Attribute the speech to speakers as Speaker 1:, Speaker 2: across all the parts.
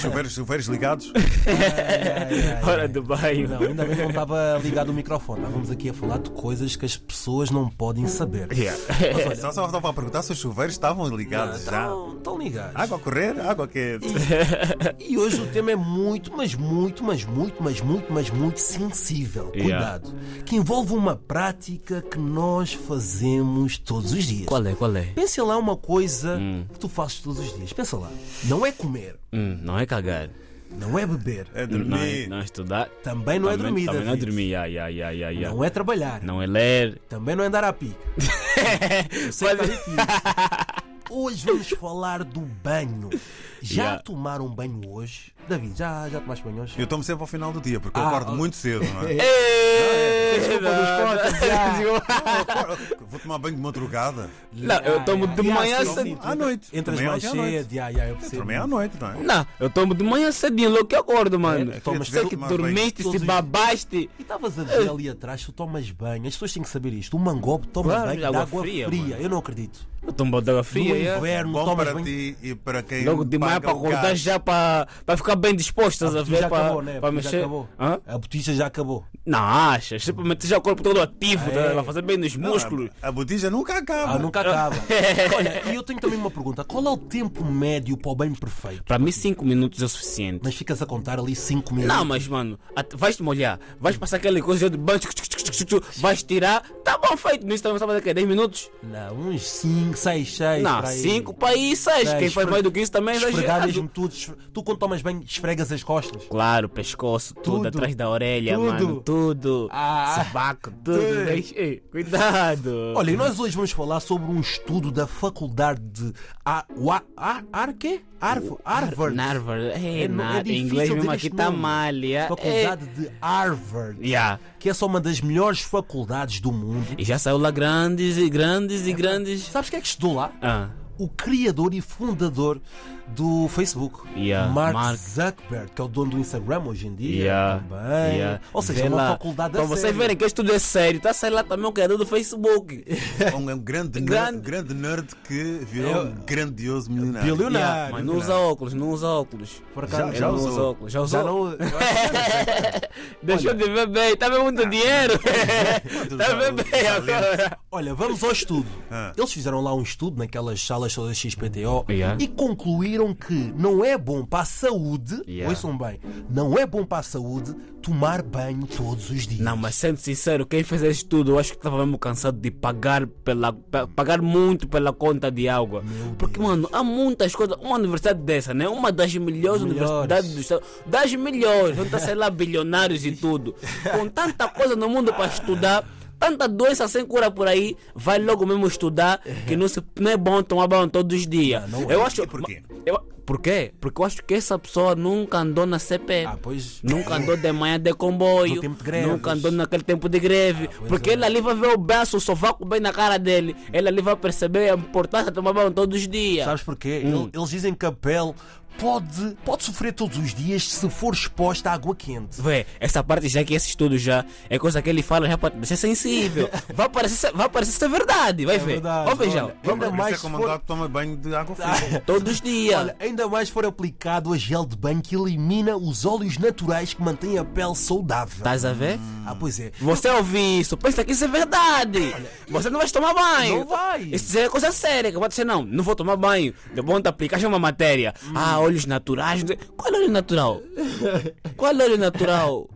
Speaker 1: chuveiros, chuveiros ligados.
Speaker 2: Ora de bem.
Speaker 3: Não, ainda bem que não estava ligado o microfone. Estávamos aqui a falar de coisas que as pessoas não podem saber.
Speaker 2: Yeah.
Speaker 3: Mas olha,
Speaker 1: Só só estava a perguntar se os chuveiros estavam ligados já.
Speaker 3: estão, estão Então, ligados.
Speaker 1: Água a correr, água é quente.
Speaker 3: E hoje o tema é muito, mas muito, mas muito, mas muito, mas muito sensível.
Speaker 2: Yeah.
Speaker 3: Cuidado. Que envolve uma prática que nós fazemos todos os dias.
Speaker 2: Qual é, qual é?
Speaker 3: Pensa lá uma coisa que tu fazes todos os dias. Pensa lá. Não é comer,
Speaker 2: Hum, não é cagar.
Speaker 3: não é beber,
Speaker 1: É
Speaker 2: Não
Speaker 1: dormir.
Speaker 2: é, não é estudar.
Speaker 3: também não é
Speaker 2: Também-
Speaker 3: dormir,
Speaker 2: Também não é
Speaker 3: David.
Speaker 2: dormir. Yeah, yeah, yeah, yeah, yeah.
Speaker 3: Não é trabalhar,
Speaker 2: Não é ler.
Speaker 3: também não é andar à pica. Eu sei que tá
Speaker 2: Mas-
Speaker 3: difícil. Hoje vamos falar do banho. Já
Speaker 2: Yeah.
Speaker 3: tomaram um banho hoje? David, já, já tomaste banho hoje?
Speaker 1: Eu tomo sempre ao final do dia, porque eu
Speaker 3: Ah,
Speaker 1: acordo
Speaker 3: ok.
Speaker 1: muito cedo, não é?
Speaker 2: Ei,
Speaker 3: Desculpa
Speaker 2: não,
Speaker 3: dos
Speaker 2: não.
Speaker 3: cortes, já.
Speaker 1: Não, Ah, eu acordo- Vou tomar banho de madrugada.
Speaker 2: Não, eu tomo de
Speaker 3: Yeah,
Speaker 2: manhã
Speaker 3: sim,
Speaker 2: cedo.
Speaker 3: sim.
Speaker 1: À noite.
Speaker 3: Entras
Speaker 1: Também
Speaker 3: mais
Speaker 1: hoje à noite.
Speaker 3: cedo, já, já, eu percebo.
Speaker 1: Também à noite, não é?
Speaker 2: Não, eu tomo de manhã cedinho, logo que eu acordo, mano.
Speaker 3: É,
Speaker 2: Tomas
Speaker 1: tomas
Speaker 2: sei que
Speaker 1: tomas banho
Speaker 2: dormiste,
Speaker 3: todos
Speaker 2: se
Speaker 3: os dias.
Speaker 2: babaste.
Speaker 3: E estavas a dizer ali atrás, tu tomas banho, as pessoas têm que saber isto. O mangope toma
Speaker 2: Claro,
Speaker 3: banho de água, fria.
Speaker 2: mano.
Speaker 3: Eu não acredito.
Speaker 2: Eu tomo de água fria,
Speaker 3: no
Speaker 2: é.
Speaker 3: inverno,
Speaker 1: Bom
Speaker 3: tomas
Speaker 1: para
Speaker 3: banho.
Speaker 1: ti e para quem.
Speaker 2: Logo de manhã
Speaker 1: paga
Speaker 2: para
Speaker 1: o
Speaker 2: acordar
Speaker 1: gás.
Speaker 2: já para, para ficar bem disposto, tá estás a
Speaker 3: A
Speaker 2: ver?
Speaker 3: botija já
Speaker 2: para,
Speaker 3: acabou, né? A
Speaker 2: para
Speaker 3: botija já
Speaker 2: mexer.
Speaker 3: acabou.
Speaker 2: Hã?
Speaker 3: A botija já acabou.
Speaker 2: Não achas? Tipo, meter já o corpo todo ativo, tá?
Speaker 3: É.
Speaker 2: vai fazer bem nos músculos.
Speaker 1: A botija nunca acaba.
Speaker 3: Ah, nunca acaba. Olha, e eu tenho também uma pergunta. Qual é o tempo médio para o banho perfeito?
Speaker 2: Para mim, 5 minutos é o suficiente.
Speaker 3: Mas ficas a contar ali 5 minutos.
Speaker 2: Não, mas mano, at- vais te molhar, vais passar aquela coisa de banho, tchuc, tchuc, tchuc, tchuc, tchuc, vais tirar, tá bom feito, nisso também sabe daqui a 10 minutos?
Speaker 3: Não, uns 5, 6, 6.
Speaker 2: Não, 5 para aí 6,
Speaker 3: Seis,
Speaker 2: quem faz
Speaker 3: esfre-
Speaker 2: mais do que isso também é
Speaker 3: Esfregar
Speaker 2: exagerado.
Speaker 3: mesmo tudo. esfre- Tu quando tomas banho, esfregas as costas.
Speaker 2: Claro, pescoço, tudo,
Speaker 3: Tudo.
Speaker 2: atrás da orelha,
Speaker 3: Tudo.
Speaker 2: mano, tudo.
Speaker 3: Ah.
Speaker 2: Sabaco, tudo.
Speaker 3: Tudo.
Speaker 2: mas, ei, cuidado.
Speaker 3: Olha, e nós hoje vamos falar sobre um estudo da faculdade de Ar... Ar... Ar... Arque? Arv- Harvard.
Speaker 2: Narver, é,
Speaker 3: É, não- é
Speaker 2: na- em
Speaker 3: difícil
Speaker 2: inglês mesmo
Speaker 3: dizer
Speaker 2: aqui
Speaker 3: este
Speaker 2: tá
Speaker 3: nome.
Speaker 2: malha.
Speaker 3: Faculdade de Harvard.
Speaker 2: Yeah.
Speaker 3: Que é só uma das melhores faculdades do mundo.
Speaker 2: E já saiu lá grandes e grandes e grandes.
Speaker 3: Sabes quem é que estudou lá?
Speaker 2: Ah,
Speaker 3: O criador e fundador do Facebook,
Speaker 2: Yeah,
Speaker 3: Mark,
Speaker 2: Mark.
Speaker 3: Zuckerberg, que é o dono do Instagram hoje em dia.
Speaker 2: yeah,
Speaker 3: Também.
Speaker 2: yeah.
Speaker 3: Ou seja,
Speaker 2: Vê
Speaker 3: é uma
Speaker 2: lá.
Speaker 3: faculdade a
Speaker 2: Pra vocês
Speaker 3: sério.
Speaker 2: verem que estudo é sério, tá saindo lá também o criador do Facebook.
Speaker 1: Um, um grande,
Speaker 2: Grande.
Speaker 1: Nerd, grande nerd que virou um grandioso milionário.
Speaker 3: Bilionário.
Speaker 2: Yeah, mas não usa óculos, não usa óculos.
Speaker 3: Por acaso,
Speaker 1: Já,
Speaker 2: Ele
Speaker 1: já
Speaker 2: não usa
Speaker 1: usou.
Speaker 2: óculos, já
Speaker 3: já
Speaker 2: usou.
Speaker 3: não.
Speaker 2: Deixou de ver bem, tá vendo muito dinheiro. tá vendo bem agora.
Speaker 3: Olha, vamos ao estudo.
Speaker 1: Ah.
Speaker 3: Eles fizeram lá um estudo naquelas salas todas XPTO
Speaker 2: Yeah.
Speaker 3: e concluíram que não é bom para a saúde,
Speaker 2: Yeah.
Speaker 3: ouçam bem, não é bom para a saúde tomar banho todos os dias.
Speaker 2: Não, mas sendo sincero, quem fez esse estudo, eu acho que estava mesmo cansado de pagar pela pa- pagar muito pela conta de água. Porque, mano, há muitas coisas. Uma universidade dessa, né? Uma das melhores,
Speaker 3: Melhores.
Speaker 2: universidades do Estado. Das melhores, onde está, sei lá, bilionários e tudo. Com tanta coisa no mundo para estudar. Tanta doença sem cura por aí, vai logo mesmo estudar que não, se, não é bom tomar banho todos os dias.
Speaker 3: Não, não é.
Speaker 2: eu acho.
Speaker 1: Por quê?
Speaker 2: Eu, por quê? Porque eu acho que essa pessoa nunca andou na CP.
Speaker 3: Ah, pois.
Speaker 2: Nunca andou de manhã de comboio.
Speaker 3: No tempo de Ah, greves.
Speaker 2: Nunca andou naquele tempo de greve.
Speaker 3: é.
Speaker 2: porque ele ali vai ver o braço, o sovaco bem na cara dele. Ele ali vai perceber a importância de tomar banho todos os dias.
Speaker 3: Sabes porquê?
Speaker 2: Hum.
Speaker 3: Ele- Eles dizem que a pele pode, pode sofrer todos os dias se for exposta à água quente.
Speaker 2: Vê, essa parte já que esse estudo já é coisa que ele fala já para ser sensível. Vai parecer, ser- vai parecer ser verdade, vai ver.
Speaker 3: É verdade,
Speaker 2: Ó, feijão,
Speaker 3: olha.
Speaker 2: vamos-
Speaker 1: Por isso
Speaker 3: mais
Speaker 1: é
Speaker 3: se
Speaker 1: comandado que toma banho de água fria.
Speaker 2: todos os dias.
Speaker 3: Olha, ainda mais for aplicado a gel de banho que elimina os óleos naturais que mantêm a pele saudável.
Speaker 2: Estás a ver?
Speaker 3: Ah, pois é.
Speaker 2: Você ouve isso, pensa que isso é verdade. Você não vai tomar banho.
Speaker 3: Não vai.
Speaker 2: Isso é coisa séria. Que pode dizer, não, não vou tomar banho. De bom te aplicar, já é uma matéria.
Speaker 3: Hum.
Speaker 2: Ah, olhos naturais. não sei- Qual é óleo natural? Qual é óleo natural?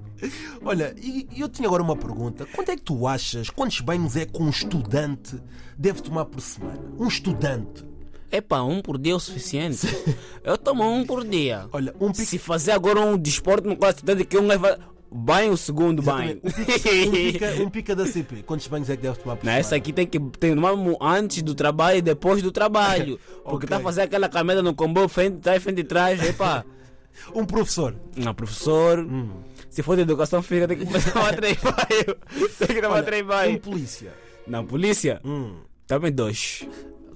Speaker 3: Olha, e e eu tinha agora uma pergunta. Quanto é que tu achas, quantos banhos é que um estudante deve tomar por semana? Um estudante.
Speaker 2: Epá, um por dia é o suficiente. Eu tomo um por dia.
Speaker 3: Olha, um pico,
Speaker 2: Se fazer agora um desporto, não quase certeza que um leva banho, o segundo banho.
Speaker 3: um pica, um pica da CP. Quantos banhos é que deve tomar por
Speaker 2: Não,
Speaker 3: semana?
Speaker 2: Né, essa aqui tem que ter normal antes do trabalho e depois do trabalho. Porque tá
Speaker 3: Ok.
Speaker 2: fazendo aquela caminhada no comboio, frente, trás, frente e trás, epá.
Speaker 3: Um professor.
Speaker 2: Não, professor. Se for de educação física, tem que tomar três banhos. Tem que tomar
Speaker 3: Olha,
Speaker 2: três
Speaker 3: um
Speaker 2: banhos.
Speaker 3: polícia.
Speaker 2: um- Não, polícia.
Speaker 3: Hum,
Speaker 2: Também dois.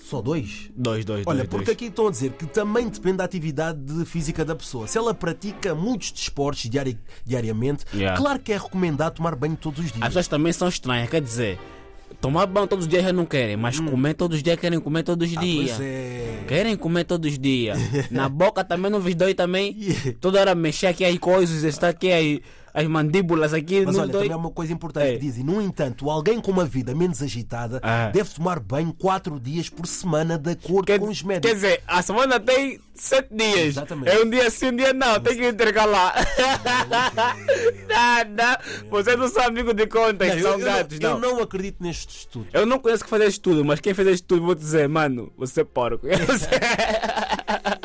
Speaker 3: só dois?
Speaker 2: Dois, dois,
Speaker 3: Olha,
Speaker 2: dois,
Speaker 3: porque
Speaker 2: dois.
Speaker 3: aqui estão a dizer que também depende da atividade de- física da pessoa. Se ela pratica muitos desportos diari- diariamente,
Speaker 2: Yeah.
Speaker 3: claro que é recomendado tomar banho todos os dias.
Speaker 2: As pessoas também são estranhas, quer dizer. Tomar banho todos os dias já não querem, mas comer todos os dias querem comer todos os dias.
Speaker 3: Pois é.
Speaker 2: Querem comer todos os dias. Na boca também não vos dói também.
Speaker 3: Yeah.
Speaker 2: Toda hora mexer aqui as coisas, está aqui as, as mandíbulas aqui.
Speaker 3: Mas
Speaker 2: não
Speaker 3: olha,
Speaker 2: dói.
Speaker 3: também é uma coisa importante
Speaker 2: É.
Speaker 3: que dizem. No entanto, alguém com uma vida menos agitada
Speaker 2: Ah.
Speaker 3: deve tomar banho 4 dias por semana de acordo
Speaker 2: Quer,
Speaker 3: com os médicos.
Speaker 2: quer dizer, a semana tem sete dias.
Speaker 3: Exatamente.
Speaker 2: É um dia sim, um dia não. Tem que intercalar. Nada. Vocês não são amigos de contas,
Speaker 3: eu,
Speaker 2: são
Speaker 3: eu
Speaker 2: gatos,
Speaker 3: não, eu
Speaker 2: não.
Speaker 3: não acredito neste estudo.
Speaker 2: Eu não conheço que fazer estudo, mas quem fez estudo, vou te dizer, mano, você é porco. Eu sei.